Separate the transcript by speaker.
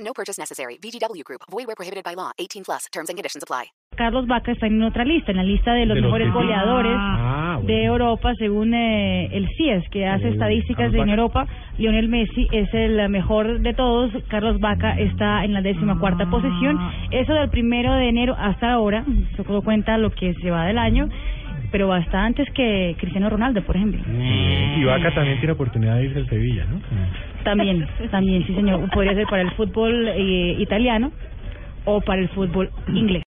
Speaker 1: No purchase necessary. VGW Group. Void where prohibited by law. 18 plus. Terms and conditions apply.
Speaker 2: Carlos Vaca está en otra lista, en la lista de los
Speaker 3: De los
Speaker 2: mejores
Speaker 3: que-
Speaker 2: goleadores
Speaker 3: Ah, bueno.
Speaker 2: de Europa, según eh, el CIES, que hace estadísticas en
Speaker 3: Carlos Vaca.
Speaker 2: Europa. Lionel Messi es el mejor de todos. Carlos Vaca está en la décima
Speaker 3: Ah.
Speaker 2: cuarta posición. Eso del primero de enero hasta ahora, se todo cuenta lo que se va del año, pero basta antes que Cristiano Ronaldo, por ejemplo.
Speaker 3: Y Vaca también tiene oportunidad de irse al Sevilla, ¿no?
Speaker 2: También, también, sí señor. Podría ser para el fútbol eh, italiano o para el fútbol inglés.